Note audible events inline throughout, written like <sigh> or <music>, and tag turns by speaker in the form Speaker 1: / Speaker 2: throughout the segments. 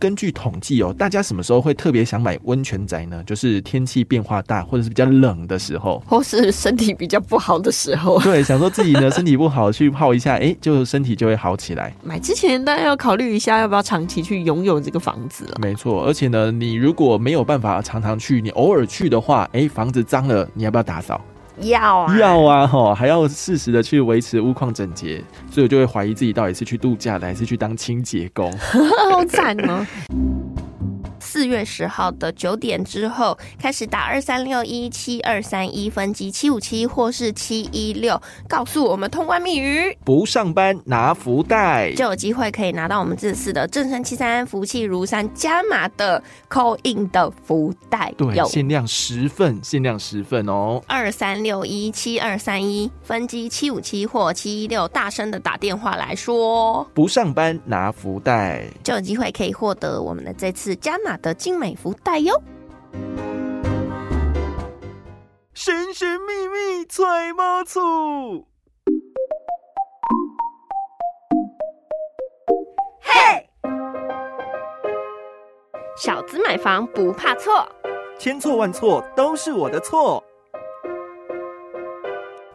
Speaker 1: 根据统计哦，大家什么时候会特别想买温泉宅呢？就是天气变化大，或者是比较冷的时候。
Speaker 2: 或是身体比较不好的时候， <laughs>
Speaker 1: 对，想说自己呢身体不好，去泡一下，哎，就身体就会好起来。
Speaker 2: 买之前大家要考虑一下，要不要长期去拥有这个房子了。
Speaker 1: 没错，而且呢，你如果没有办法常常去，你偶尔去的话，哎，房子脏了，你要不要打扫？
Speaker 2: 要
Speaker 3: 哎
Speaker 2: 啊，
Speaker 1: 要啊，吼，还要适时的去维持屋况整洁，所以我就会怀疑自己到底是去度假的，还是去当清洁工。
Speaker 2: 好惨哦！
Speaker 3: 四月十号的九点之后开始打二三六一七二三一分机七五七或是七一六，告诉我们通关密语，
Speaker 1: 不上班拿福袋，
Speaker 3: 就有机会可以拿到我们这次的正生七三福气如山加码的扣印的福袋，
Speaker 1: 对，
Speaker 3: 有
Speaker 1: 限量十份，限量十份哦。
Speaker 3: 二三六一七二三一分机七五七或七一六，大声的打电话来说，
Speaker 1: 不上班拿福袋，
Speaker 3: 就有机会可以获得我们的这次加码的精美福袋哟。
Speaker 1: 神神秘秘揣猫醋。
Speaker 3: 小资买房不怕错，
Speaker 4: 千错万错都是我的错。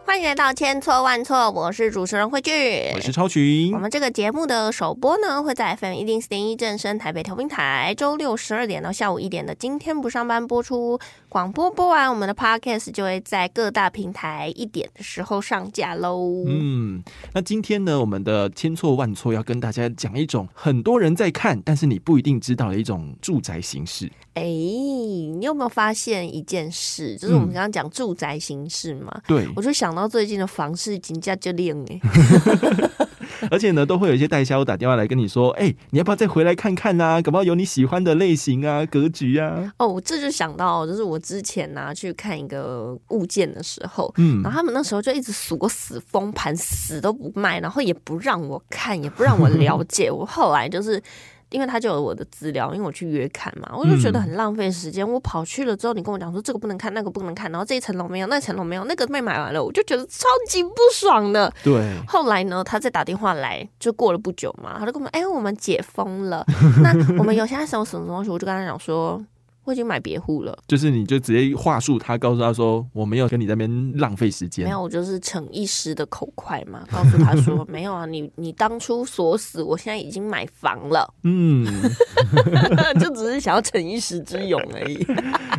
Speaker 3: 欢迎来到千错万错，我是主持人慧俊，
Speaker 1: 我是超群
Speaker 3: 我，们这个节目的首播呢，会在 FM 一零四点一正声台北调频台，周六十二点到下午一点的。今天不上班播出，广播播完，我们的 Podcast 就会在各大平台一点的时候上架喽。
Speaker 1: 嗯，那今天呢，我们的千错万错要跟大家讲一种很多人在看，但是你不一定知道的一种住宅形式。
Speaker 3: 哎、你有没有发现一件事？就是我们
Speaker 1: 嗯
Speaker 3: 刚刚讲住宅形式嘛，
Speaker 1: 对，
Speaker 3: 我就想到最近的房市竞价就练哎、
Speaker 1: 而且呢，都会有一些代销打电话来跟你说，哎、你要不要再回来看看啊？搞不好有你喜欢的类型啊、格局
Speaker 3: <laughs>
Speaker 1: 啊。
Speaker 3: 哦，我这就想到，就是我之前呢、去看一个物件的时候，
Speaker 1: 嗯
Speaker 3: 然，后他们那时候就一直锁死封盘，死都不卖，然后也不让我看，也不让我了解。我后来就是因为他就有我的资料，因为我去约看嘛，我就觉得很浪费时间。我跑去了之后，你跟我讲说这个不能看，那个不能看，然后这一层楼没有，那一层楼没有，那个被买完了，我就觉得超级不爽的。
Speaker 1: 对，
Speaker 3: 后来呢，他再打电话来，就过了不久嘛，他就跟我们，哎、我们解封了，那我们有现在什么什么东西，我就跟他讲说，我已经买别户了。
Speaker 1: 就是你就直接话术他，告诉他说，我没有跟你在那边浪费时间
Speaker 3: 没。有，我就是逞一时的口快嘛，告诉他 <laughs> 说没有啊，你你当初锁死，我现在已经买房了， <laughs>
Speaker 1: 嗯，
Speaker 3: 就只是想要逞一时之勇而已。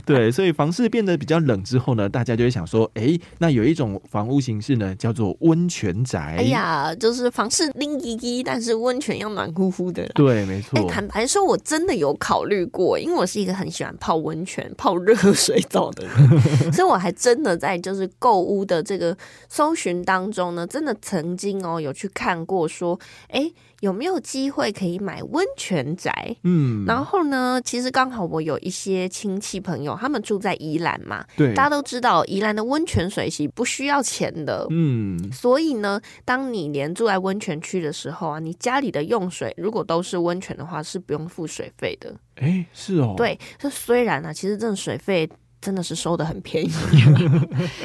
Speaker 1: 对，所以房市变得比较冷之后呢，大家就会想说，哎、那有一种房屋形式呢，叫做温泉宅。
Speaker 3: <laughs> <laughs> 哎，呀，就是房是拎一一，但是温泉要暖乎乎的啦。
Speaker 1: 对，没
Speaker 3: 哎、
Speaker 1: 错。
Speaker 3: 坦白说，我真的有考虑过，因为我是一个很喜欢泡温泉、泡热水澡的人， <laughs> 所以我还真的在就是购物的这个搜寻当中呢，真的曾经哦有去看过说，哎、有没有机会可以买温泉宅？
Speaker 1: 嗯，
Speaker 3: 然后呢，其实刚好我有一些亲戚朋友，他们住在宜兰嘛，
Speaker 1: 对，
Speaker 3: 大家都知道宜兰的温泉水洗不需要钱的。
Speaker 1: 嗯，
Speaker 3: 所以呢，当你连住在温泉区的时候啊，你家里的用水如果都是温泉的话，是不用付水费的。
Speaker 1: 哎、是哦，，
Speaker 3: 对，这虽然呢、啊其实这种水费真的是收的很
Speaker 1: <laughs>
Speaker 3: 便宜，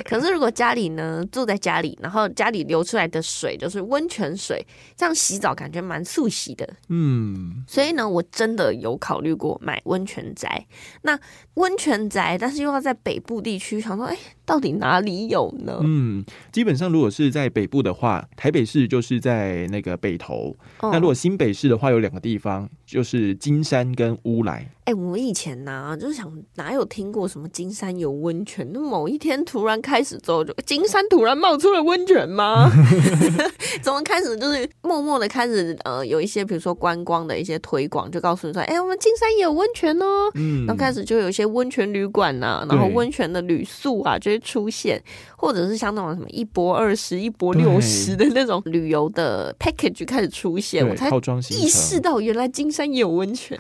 Speaker 3: 可是如果家里呢住在家里，然后家里流出来的水就是温泉水，这样洗澡感觉蛮速洗的。
Speaker 1: 嗯，
Speaker 3: 所以呢，我真的有考虑过买温泉宅。那温泉宅，但是又要在北部地区，想说，哎，到底哪里有呢？
Speaker 1: 嗯，基本上如果是在北部的话，台北市就是在那个北投；
Speaker 3: 哦
Speaker 1: 那如果新北市的话，有两个地方，就是金山跟乌来。
Speaker 3: 哎、我以前呐、就是想哪有听过什么金山有温泉？那某一天突然开始之后，就金山突然冒出了温泉吗？ <laughs> 怎么开始就是默默的开始呃，有一些比如说观光的一些推广，就告诉你说，哎、我们金山也有温泉哦。
Speaker 1: 嗯，
Speaker 3: 然后开始就有一些温泉旅馆呐、然后
Speaker 1: 对
Speaker 3: 温泉的旅宿啊就会出现，或者是像那种什么一波二十、一波六十的那种旅游的 package 开始出现，我
Speaker 1: 对
Speaker 3: 才
Speaker 1: 套装行
Speaker 3: 意识
Speaker 1: 程。
Speaker 3: 到哦原来金山也有温泉。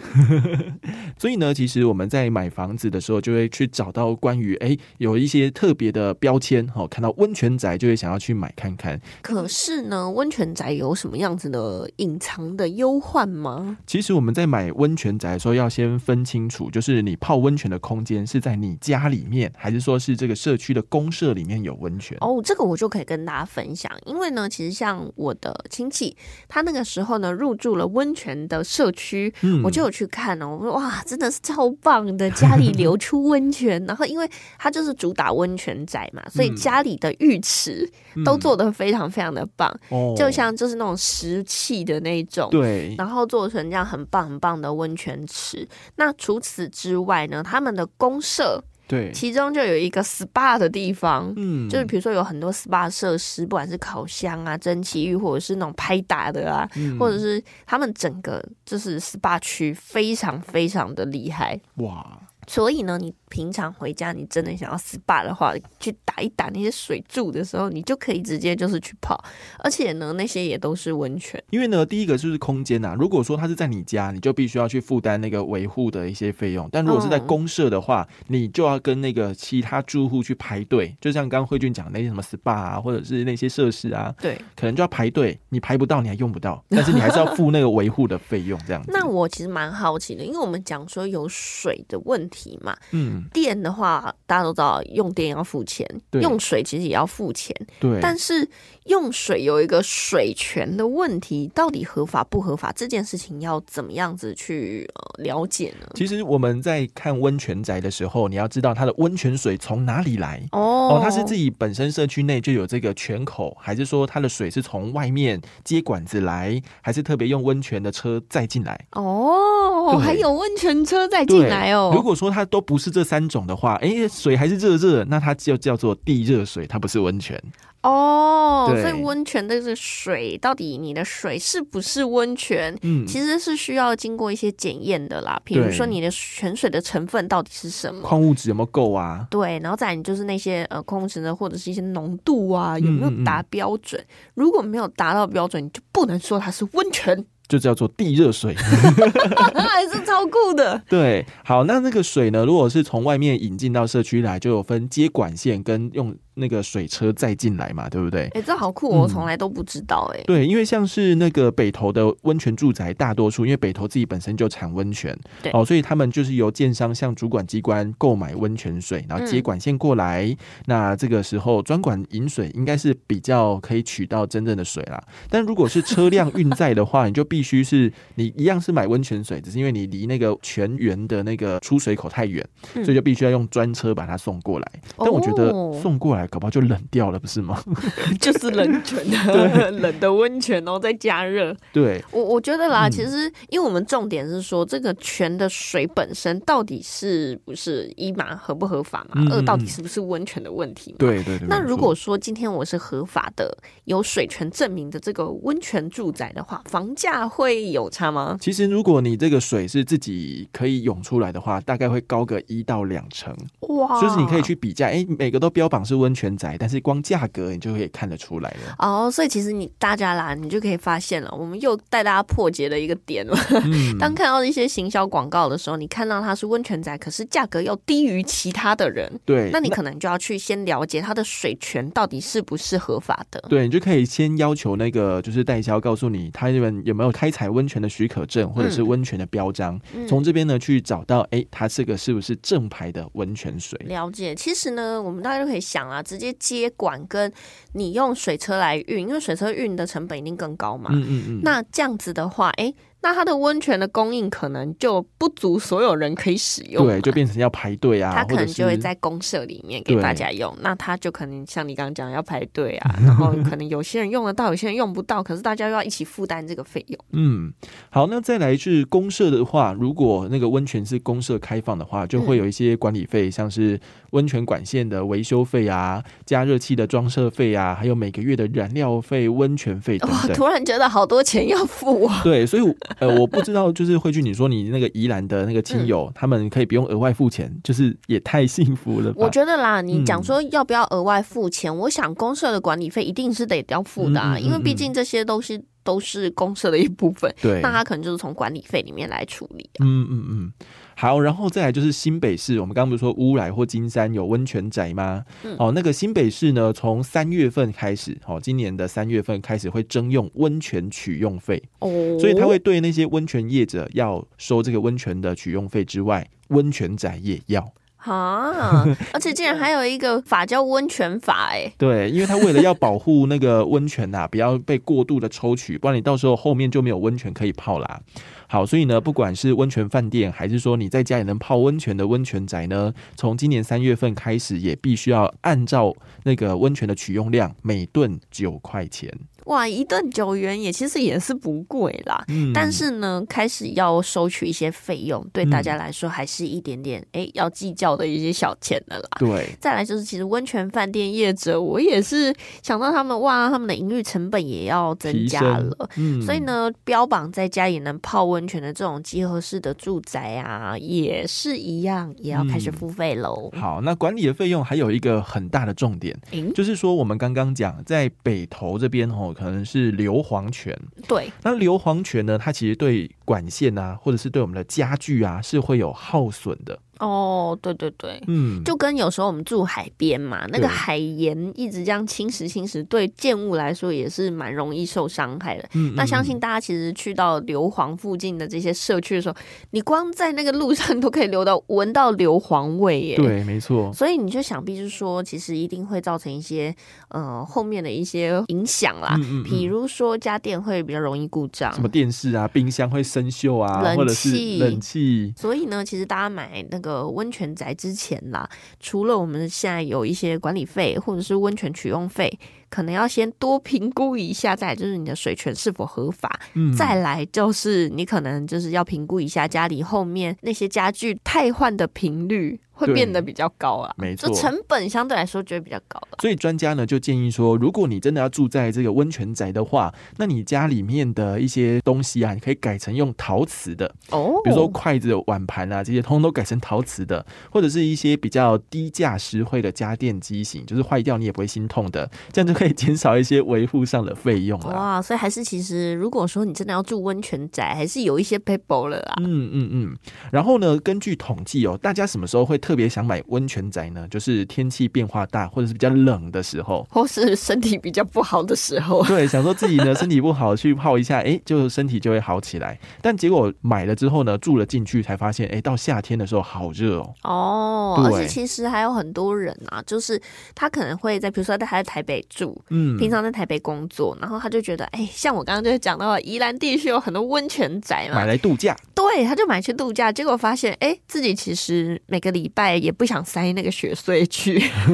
Speaker 1: 所以呢，其实我们在买房子的时候，就会去找到关于哎有一些特别的标签，哦，看到温泉宅就会想要去买看看。
Speaker 3: 可是呢，温泉宅有什么样子的隐藏的忧患吗？
Speaker 1: 其实我们在买温泉宅的时候，要先分清楚，就是你泡温泉的空间是在你家里面，还是说是这个社区的公社里面有温泉。
Speaker 3: 哦，这个我就可以跟大家分享，因为呢，其实像我的亲戚，他那个时候呢入住了温泉的社区，
Speaker 1: 嗯
Speaker 3: 我就有去看哦，我说哇，真的是超棒的，
Speaker 1: <laughs>
Speaker 3: 家里流出温泉，然后因为它就是主打温泉宅嘛，所以
Speaker 1: 嗯
Speaker 3: 家里的浴池都做得非常非常的棒，
Speaker 1: 嗯，哦
Speaker 3: 就像就是那种石器的那种。
Speaker 1: 对，
Speaker 3: 然后做成这样很棒很棒的温泉池。那除此之外呢，他们的公社
Speaker 1: 对，
Speaker 3: 其中就有一个 SPA 的地方，
Speaker 1: 嗯，
Speaker 3: 就是比如说有很多 SPA 设施，不管是烤箱啊、蒸汽浴，或者是那种拍打的啊，
Speaker 1: 嗯
Speaker 3: 或者是他们整个就是 SPA 区非常非常的厉害。
Speaker 1: 哇，
Speaker 3: 所以呢，你平常回家，你真的想要 SPA 的话，去打一打那些水柱的时候，你就可以直接就是去泡，而且呢，那些也都是温泉。
Speaker 1: 因为呢，第一个就是空间啊呐、如果说它是在你家，你就必须要去负担那个维护的一些费用；但如果是在
Speaker 3: 嗯
Speaker 1: 公社的话，你就要跟那个其他住户去排队。就像刚刚慧俊讲的那些什么 SPA 啊，或者是那些设施啊，
Speaker 3: 对，
Speaker 1: 可能就要排队，你排不到，你还用不到，但是你还是要付那个维护的费用，这样子。
Speaker 3: <laughs> 那我其实蛮好奇的，因为我们讲说有水的问题嘛，
Speaker 1: 嗯，
Speaker 3: 电的话大家都知道用电要付钱，
Speaker 1: 对
Speaker 3: 用水其实也要付钱。
Speaker 1: 对，
Speaker 3: 但是用水有一个水权的问题，到底合法不合法这件事情要怎么样子去呃了解呢？
Speaker 1: 其实我们在看温泉宅的时候，你要知道它的温泉水从哪里来。
Speaker 3: 哦
Speaker 1: 哦，它是自己本身社区内就有这个泉口，还是说它的水是从外面接管子来，还是特别用温泉的车载进来？
Speaker 3: 哦，
Speaker 1: 对
Speaker 3: 还有温泉车再进来
Speaker 1: 对如
Speaker 3: 哦。
Speaker 1: 果说它都不是这三种的话，诶，水还是热热，那它就叫做地热水，它不是温泉。
Speaker 3: 哦，
Speaker 1: 对
Speaker 3: 所以温泉的这个水，到底你的水是不是温泉？
Speaker 1: 嗯，
Speaker 3: 其实是需要经过一些检验的啦，比如
Speaker 1: 对
Speaker 3: 说你的泉水的成分到底是什么，
Speaker 1: 矿物质有没有够啊？
Speaker 3: 对，然后再来就是那些呃空池的或者是一些浓度啊，有没
Speaker 1: 嗯嗯嗯
Speaker 3: 有达标准？如果没有达到标准，你就不能说它是温 <laughs> 泉，
Speaker 1: 就叫做地热水。
Speaker 3: 还啊是超酷的。
Speaker 1: 对，好，那那个水呢？如果是从外面引进到社区来，就有分接管线跟用那个水车再进来嘛，对不对？
Speaker 3: <laughs> 哎、这好酷、哦，
Speaker 1: 嗯
Speaker 3: 我从来都不知道哎、
Speaker 1: 对，因为像是那个北投的温泉住宅，大多数因为北投自己本身就产温泉，
Speaker 3: 对
Speaker 1: 哦，所以他们就是由建商向主管机关购买温泉水，然后接
Speaker 3: 嗯
Speaker 1: 管线过来。那这个时候专管饮水应该是比较可以取到真正的水啦。但如果是车辆运载的
Speaker 3: <laughs>
Speaker 1: 话，你就必须是你一样是买温泉水，只是因为你离那个泉源的那个出水口太远，
Speaker 3: 嗯
Speaker 1: 所以就必须要用专车把它送过来。但我觉得
Speaker 3: 哦
Speaker 1: 送过来搞不好就冷掉了，不是吗？ <laughs>
Speaker 2: 就是冷泉 <laughs> 的冷的温泉哦，再加热。
Speaker 1: 对，
Speaker 3: 我我觉得啦，
Speaker 1: 嗯
Speaker 3: 其实因为我们重点是说这个泉的水本身到底是不是一嘛合不合法嘛，
Speaker 1: 嗯嗯
Speaker 3: 二到
Speaker 1: 嗯
Speaker 3: 底是不是温泉的问题嘛。
Speaker 1: 对对对。
Speaker 3: 那
Speaker 1: 没
Speaker 3: 如
Speaker 1: 错
Speaker 3: 果说今天我是合法的、有水权证明的这个温泉住宅的话，房价会有差吗？
Speaker 1: 其实，如果你这个水是自己可以涌出来的话，大概会高个一到两成，
Speaker 3: 哇
Speaker 1: 就是你可以去比价，哎，每个都标榜是温泉宅，但是光价格你就可以看得出来了。
Speaker 3: 哦，所以其实你大家啦，你就可以发现了，我们又带大家破解了一个点了。
Speaker 1: 嗯
Speaker 3: 当看到一些行销广告的时候，你看到它是温泉宅，可是价格又低于其他的人，
Speaker 1: 对，
Speaker 3: 那你可能就要去先了解它的水权到底是不是合法的。
Speaker 1: 对你就可以先要求那个就是代销告诉你他们有没有开采温泉的许可证或者是
Speaker 3: 嗯
Speaker 1: 温泉的标章，
Speaker 3: 嗯
Speaker 1: 从这边呢去找到，哎，它这个是不是正牌的温泉水？
Speaker 3: 了解，其实呢，我们大家都可以想啊，直接接管跟你用水车来运，因为水车运的成本一定更高嘛。
Speaker 1: 嗯嗯嗯，
Speaker 3: 那这样子的话，诶，那它的温泉的供应可能就不足所有人可以使用嘛，
Speaker 1: 对，就变成要排队啊，
Speaker 3: 它可
Speaker 1: 或
Speaker 3: 能
Speaker 1: 者
Speaker 3: 就会
Speaker 1: 是
Speaker 3: 在公社里面给
Speaker 1: 对
Speaker 3: 大家 <laughs> 用，那它就可能像你刚刚讲要排队啊，然后可能有些人用得到，有些人用不到，可是大家又要一起负担这个费用。
Speaker 1: 嗯，好，那再来是公社的话，如果那个温泉是公社开放的话，就会有一些管理费，像是温泉管线的维修费啊、加热器的装设费啊，还有每个月的燃料费、温泉费等
Speaker 3: 哇，
Speaker 1: 等。
Speaker 3: 突然觉得好多钱要付啊！
Speaker 1: 对，所以我呃，我不知道，就是慧俊，你说你那个宜兰的那个亲友，他们可以不用额外付钱，就是也太幸福了吧？
Speaker 3: <laughs> 我觉得啦，你
Speaker 1: 嗯
Speaker 3: 讲说要不要额外付钱，我想公社的管理费一定是得要付的、啊，
Speaker 1: 嗯嗯嗯
Speaker 3: 因为毕竟这些东西都是公社的一部分，
Speaker 1: 对，
Speaker 3: 那它可能就是从管理费里面来处理。啊
Speaker 1: 嗯嗯嗯，好，然后再来就是新北市，我们刚刚不是说乌来或金山有温泉宅吗？
Speaker 3: 嗯
Speaker 1: 哦，那个新北市呢，从三月份开始，哦，今年的三月份开始会征用温泉取用费，
Speaker 3: 哦，
Speaker 1: 所以他会对那些温泉业者要收这个温泉的取用费之外，温泉宅也要。
Speaker 3: 啊！ <laughs> 而且竟然还有一个法叫温泉法、哎，
Speaker 1: 对，因为它为了要保护那个温泉呐、不要被过度的抽取，不然你到时候后面就没有温泉可以泡啦。好，所以呢，不管是温泉饭店，还是说你在家里能泡温泉的温泉宅呢，从今年三月份开始，也必须要按照那个温泉的取用量，每顿九块钱。
Speaker 3: 哇，一顿九元也其实也是不贵啦。
Speaker 1: 嗯
Speaker 3: 但是呢，开始要收取一些费用，对大家来说还是一点点哎、要计较的一些小钱的啦。
Speaker 1: 对，
Speaker 3: 再来就是，其实温泉饭店业者，我也是想到他们哇，他们的盈利成本也要 <laughs> 增加
Speaker 1: 提
Speaker 3: 了。
Speaker 1: 嗯，
Speaker 3: 所以呢，标榜在家也能泡温泉的这种集合式的住宅啊，也是一样，也要开始
Speaker 1: 嗯
Speaker 3: 付费喽。
Speaker 1: 好，那管理的费用还有一个很大的重点，
Speaker 3: 嗯
Speaker 1: 就是说我们刚刚讲在北投这边哦，可能是硫磺泉。
Speaker 3: 对，
Speaker 1: 那硫磺泉呢，它其实对管线啊，或者是对我们的家具啊，是会有耗损的。
Speaker 3: 哦，对对对。
Speaker 1: 嗯，
Speaker 3: 就跟有时候我们住海边嘛，那
Speaker 1: 对
Speaker 3: 个海盐一直这样侵蚀侵蚀，对建物来说也是蛮容易受伤害的。
Speaker 1: 嗯
Speaker 3: 那
Speaker 1: 嗯
Speaker 3: 相信大家其实去到硫磺附近的这些社区的时候，你光在那个路上都可以留到闻到硫磺味耶。
Speaker 1: 嗯。对，没错。
Speaker 3: 所以你就想必是说，其实一定会造成一些呃后面的一些影响啦，
Speaker 1: 嗯嗯嗯
Speaker 3: 比如说家电会比较容易故障
Speaker 1: 什。么电视啊、冰箱会生锈啊，
Speaker 3: 冷
Speaker 1: 或者是
Speaker 3: 气
Speaker 1: 冷气，
Speaker 3: 所以呢，其实大家买那个温泉宅之前啦，除了我们现在有一些管理费或者是温泉取用费，可能要先多评估一下，再来就是你的水权是否合法，
Speaker 1: 嗯，
Speaker 3: 再来就是你可能就是要评估一下家里后面那些家具汰换的频率会
Speaker 1: 对
Speaker 3: 变得比较高啊，
Speaker 1: 没错
Speaker 3: 就。成本相对来说就会比较高了。
Speaker 1: 所以专家呢就建议说，如果你真的要住在这个温泉宅的话，那你家里面的一些东西啊，你可以改成用陶瓷的，
Speaker 3: 哦，
Speaker 1: 比如说筷子、碗盘啊，这些通通都改成陶瓷的，或者是一些比较低价实惠的家电机型，就是坏掉你也不会心痛的，这样就可以减少一些维护上的费用啦。
Speaker 3: 哇，所以还是其实，如果说你真的要住温泉宅，还是有一些 people 了啊。
Speaker 1: 嗯嗯嗯，然后呢？根据统计哦，大家什么时候会特别想买温泉宅呢？就是天气变化大，或者是比较冷的时候。
Speaker 3: 或是身体比较不好的时候，
Speaker 1: 对，想说自己呢身体不好去泡一下，诶，就身体就会好起来。但结果买了之后呢，住了进去才发现，诶，到夏天的时候好热哦。
Speaker 3: 哦，
Speaker 1: 对
Speaker 3: 而且其实还有很多人啊，就是他可能会在，比如说他在台北住，
Speaker 1: 嗯，
Speaker 3: 平常在台北工作，然后他就觉得，哎，像我刚刚就讲到了宜兰地区有很多温泉宅
Speaker 1: 买
Speaker 3: 嘛，
Speaker 1: 来度假，
Speaker 3: 对，他就买去度假，结果发现，哎，自己其实每个礼拜也不想塞那个雪穗去， <laughs>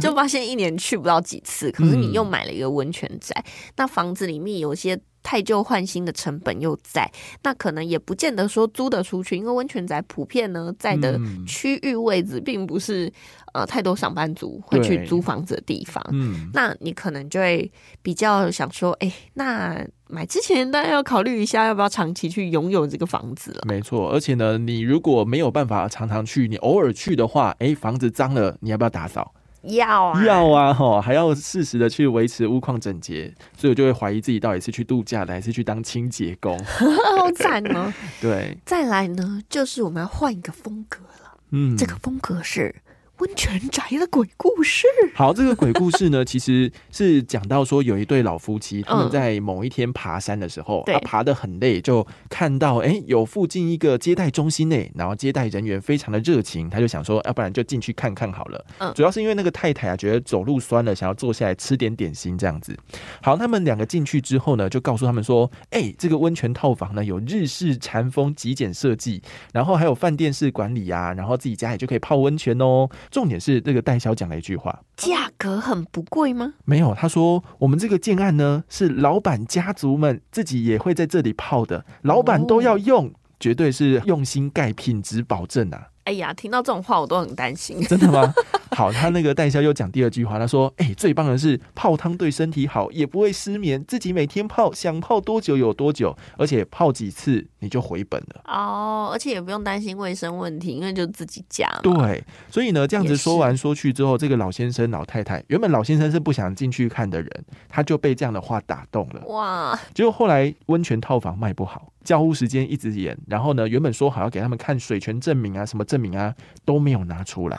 Speaker 3: 就发现一年去不到几次。可
Speaker 1: 嗯
Speaker 3: 是你又买了一个温泉宅，那房子里面有一些。太旧换新的成本又在，那可能也不见得说租得出去，因为温泉宅普遍呢在的
Speaker 1: 嗯
Speaker 3: 区域位置并不是呃太多上班族会
Speaker 1: 对
Speaker 3: 去租房子的地方，
Speaker 1: 嗯，
Speaker 3: 那你可能就会比较想说，哎、那买之前当然要考虑一下，要不要长期去拥有这个房子了。
Speaker 1: 没错，而且呢，你如果没有办法常常去，你偶尔去的话，诶，房子脏了，你要不要打扫？
Speaker 3: 要啊，
Speaker 1: 要啊，吼，还要适时的去维持屋况整洁。所以我就会怀疑自己到底是去度假的，还是去当清洁
Speaker 3: <laughs>
Speaker 1: 工。
Speaker 3: 好赞哦！
Speaker 1: 对，
Speaker 3: 再来呢，就是我们要换一个风格了，
Speaker 1: 嗯，
Speaker 3: 这个风格是温泉宅的鬼故事。
Speaker 1: <laughs> 好，这个鬼故事呢，其实是讲到说有一对老夫妻，他们
Speaker 3: 嗯
Speaker 1: 在某一天爬山的时候，
Speaker 3: 对
Speaker 1: 他爬得很累，就看到哎、诶有附近一个接待中心内，然后接待人员非常的热情，他就想说，要、不然就进去看看好了。
Speaker 3: 嗯
Speaker 1: 主要是因为那个太太啊，觉得走路酸了，想要坐下来吃点点心这样子。好，他们两个进去之后呢，就告诉他们说，哎、这个温泉套房呢有日式禅风极简设计，然后还有饭店式管理啊，然后自己家里就可以泡温泉哦。重点是这个代销讲了一句话。
Speaker 3: 价格很不贵吗？
Speaker 1: 没有，他说我们这个建案呢，是老板家族们自己也会在这里泡的，老板都要用，绝对是用心盖，品质保证啊！
Speaker 3: 哎呀，听到这种话我都很担心。
Speaker 1: <laughs> 真的吗？ <laughs> 好，他那个代销又讲第二句话，他说：“哎、最棒的是泡汤对身体好，也不会失眠，自己每天泡，想泡多久有多久，而且泡几次你就回本了。”
Speaker 3: 哦，而且也不用担心卫生问题，因为就自己家
Speaker 1: <laughs>
Speaker 3: 嘛。
Speaker 1: 对，所以呢，这样子
Speaker 3: 也
Speaker 1: 说
Speaker 3: 是
Speaker 1: 完说去之后，这个老先生、老太太，原本老先生是不想进去看的人，他就被这样的话打动了。
Speaker 3: 哇，
Speaker 1: 结果后来温泉套房卖不好，交屋时间一直延，然后呢，原本说好要给他们看水权证明啊，什么证证明啊都没有拿出来，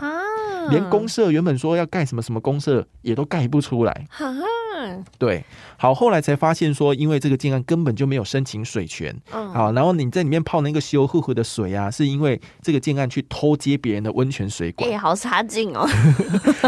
Speaker 3: 啊
Speaker 1: 连公社原本说要盖什么什么公社也都盖不出来。
Speaker 3: 哈
Speaker 1: 对，好，后来才发现说，因为这个建案根本就没有申请水权，
Speaker 3: 嗯
Speaker 1: 好，然后你在里面泡那个修护护的水啊，是因为这个建案去偷接别人的温泉水
Speaker 3: 哎、
Speaker 1: 管，
Speaker 3: 好差劲哦！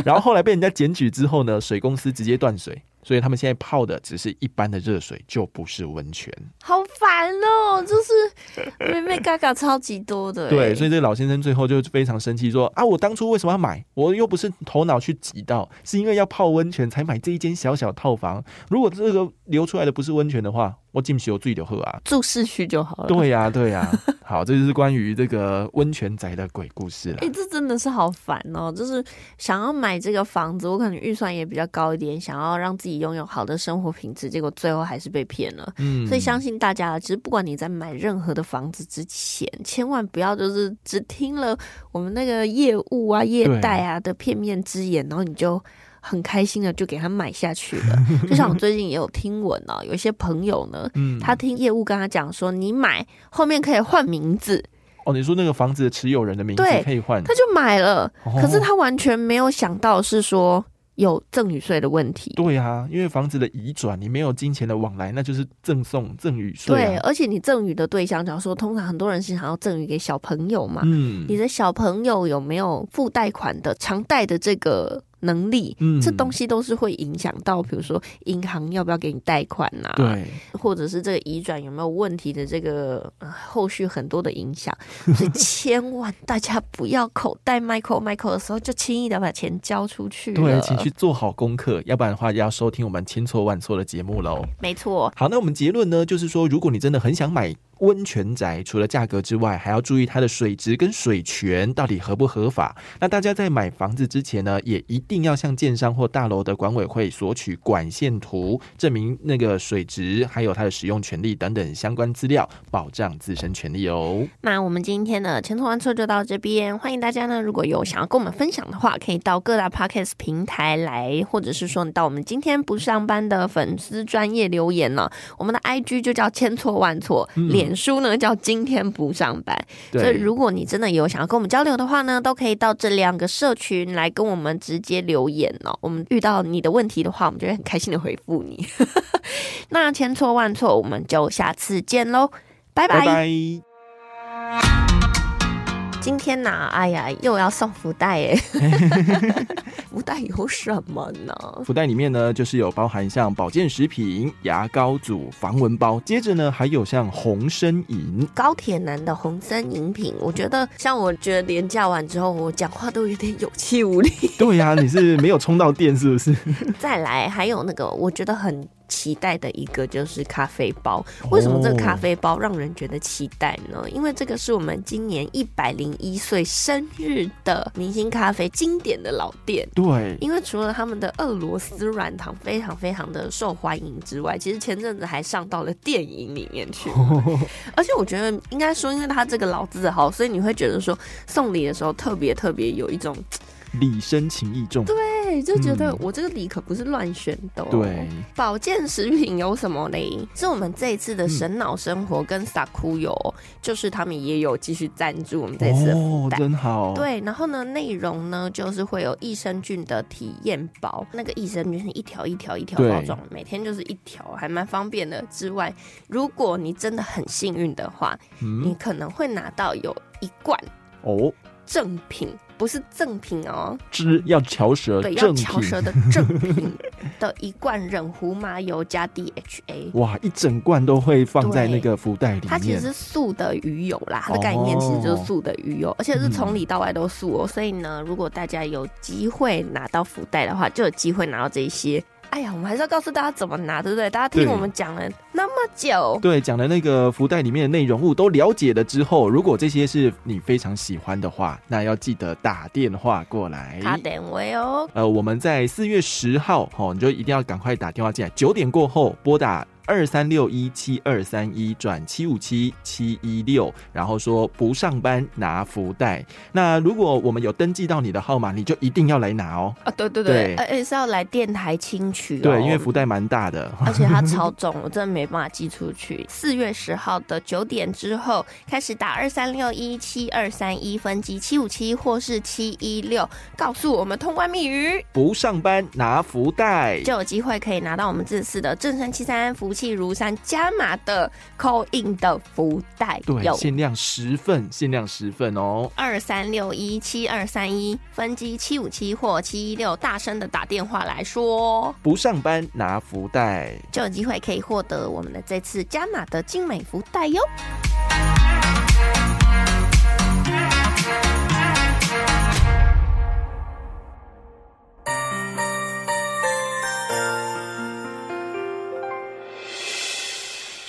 Speaker 1: 然后后来被人家检举之后呢，水公司直接断水，所以他们现在泡的只是一般的热水，就不是温泉。
Speaker 3: 好烦哦，就是 <laughs> 妹妹嘎嘎超级多的、欸
Speaker 1: 对，所以
Speaker 3: 以
Speaker 1: 这个老先生最后就非常生气，说啊，我当初为什么要买？我又不是头脑去挤到，是因为要泡温泉才买这一间小小套房。如果这个流出来的不是温泉的话，我进去我自己就喝啊。
Speaker 2: 住市区就好了。
Speaker 1: 对
Speaker 3: 啊
Speaker 1: 呀、对呀、好，这就是关于这个温泉宅的鬼故事了
Speaker 3: 哎、。这真的是好烦哦！就是想要买这个房子，我可能预算也比较高一点，想要让自己拥有好的生活品质，结果最后还是被骗了。
Speaker 1: 嗯
Speaker 3: 所以相信大家，其实不管你在买任何的房子之前，千万不要就是只听了我们那个业务啊、业贷啊的片面之言，然后你就很开心的就给它买下去了。就像我最近也有听闻哦，有一些朋友呢，
Speaker 1: 嗯
Speaker 3: 他听业务跟他讲说，你买后面可以换名字，
Speaker 1: 哦，你说那个房子的持有人的名字
Speaker 3: 对
Speaker 1: 可以换，
Speaker 3: 他就买了，
Speaker 1: 哦
Speaker 3: 可是他完全没有想到是说有赠与税的问题。
Speaker 1: 对呀、因为房子的移转，你没有金钱的往来，那就是赠送赠与税、
Speaker 3: 对，
Speaker 1: 啊。
Speaker 3: 哦而且你赠与的对象，假如说通常很多人是想要赠与给小朋友嘛，
Speaker 1: 嗯
Speaker 3: 你的小朋友有没有付贷款的偿贷的这个能力？
Speaker 1: 嗯
Speaker 3: 这东西都是会影响到，比如说银行要不要给你贷款呐、，
Speaker 1: 对，
Speaker 3: 或者是这个移转有没有问题的这个、呃后续很多的
Speaker 1: <laughs>
Speaker 3: 影响，所以千万大家不要口袋 Michael Michael 的时候就轻易的把钱交出去了。
Speaker 1: 对，请去做好功课，要不然的话要收听我们千错万错的节目喽。
Speaker 3: 没错，
Speaker 1: 好，那我们结论呢，就是说，如果你真的很想买温泉宅，除了价格之外，还要注意它的水质跟水权到底合不合法。那大家在买房子之前呢，也一定要向建商或大楼的管委会索取管线图，证明那个水质，还有它的使用权利等等相关资料，保障自身权利哦。
Speaker 3: 那我们今天的千错万错就到这边，欢迎大家呢，如果有想要跟我们分享的话，可以到各大 podcast 平台来，或者是说你到我们今天不上班的粉丝专业留言呢、我们的 IG 就叫千错万错，脸书呢叫今天不上班，所以
Speaker 1: 嗯对，
Speaker 3: 如果你真的有想要跟我们交流的话呢，都可以到这两个社群来跟我们直接留言哦。我们遇到你的问题的话，我们就会很开心的回复你。 <laughs> 那千错万错，我们就下次见喽，
Speaker 1: 拜拜。
Speaker 3: 今天呐、哎呀，又要送福袋耶！ <laughs> 福袋有什么呢？
Speaker 1: 福袋里面呢，就是有包含像保健食品、牙膏组、防蚊包，接着呢还有像红参饮。
Speaker 3: 高铁男的红参饮品，我觉得像我觉得廉价完之后，我讲话都有点有气无力。
Speaker 1: 对呀、你是没有充到电是不是？
Speaker 3: 再来，还有那个我觉得很期待的一个就是咖啡包。为什么这个咖啡包让人觉得期待呢？因为这个是我们今年一百零一岁生日的明星咖啡经典的老店。
Speaker 1: 对，
Speaker 3: 因为除了他们的俄罗斯软糖非常非常的受欢迎之外，其实前阵子还上到了电影里面
Speaker 1: <laughs>
Speaker 3: 去。而且我觉得应该说，因为它这个老字号，所以你会觉得说送礼的时候特别特别有一种，
Speaker 1: 礼深情意重。
Speaker 3: 对，就觉得
Speaker 1: 嗯
Speaker 3: 我这个礼可不是乱选的、哦。
Speaker 1: 对，嗯
Speaker 3: 保健食品有什么嘞？是我们这一次的神脑生活跟萨库友，就是他们也有继续赞助我们这次的
Speaker 1: 哦，
Speaker 3: 袋
Speaker 1: 真好。，
Speaker 3: 对，然后呢，内容呢就是会有益生菌的体验包，那个益生菌是一条一条一条
Speaker 1: 对
Speaker 3: 包装，每天就是一条，还蛮方便的。之外，如果你真的很幸运的话，你
Speaker 1: 嗯，
Speaker 3: 可能会拿到有一罐
Speaker 1: 哦，
Speaker 3: 正品。不是赠品哦，
Speaker 1: 知要翘舌，
Speaker 3: 对，要
Speaker 1: 呃正
Speaker 3: 翘
Speaker 1: 品。
Speaker 3: 舌的正品的一罐 <laughs> 忍胡麻油加 DHA，
Speaker 1: 哇，一整罐都会放在那个福袋里面。哦
Speaker 3: 它其实是素的鱼油啦，它的概念其实就是素的鱼油，而且是
Speaker 1: 嗯
Speaker 3: 从里到外都素哦。所以呢，如果大家有机会拿到福袋的话，就有机会拿到这一些。哎呀，我们还是要告诉大家怎么拿，对不对？大家听
Speaker 1: 对
Speaker 3: 我们讲了那么久，
Speaker 1: 对讲的那个福袋里面的内容物都了解了之后，如果这些是你非常喜欢的话，那要记得打电话过来。
Speaker 3: 卡点位哦。
Speaker 1: 呃，我们在四月十号，哦，你就一定要赶快打电话进来，九点过后拨打二三六一七二三一转七五七七一六，然后说不上班拿福袋。那如果我们有登记到你的号码，你就一定要来拿哦。
Speaker 3: 啊，对对
Speaker 1: 对
Speaker 3: 对，而且是要来电台清取、哦，
Speaker 1: 对，因为福袋蛮大的。
Speaker 3: 而且它超重，我真的没办法寄出去。四月十号的九点之后开始打二三六一七二三一分机七五七或是七一六，告诉我们通关密语，
Speaker 1: 不上班拿福袋，
Speaker 3: 就有机会可以拿到我们这次的正身七三福气如山加码的扣印的福袋，
Speaker 1: 对，
Speaker 3: 有
Speaker 1: 限量十份，限量十份哦。
Speaker 3: 二三六一七二三一分机七五七或七一六，大声的打电话来说，
Speaker 1: 不上班拿福袋。
Speaker 3: 就有机会可以获得我们的这次加码的精美福袋哟。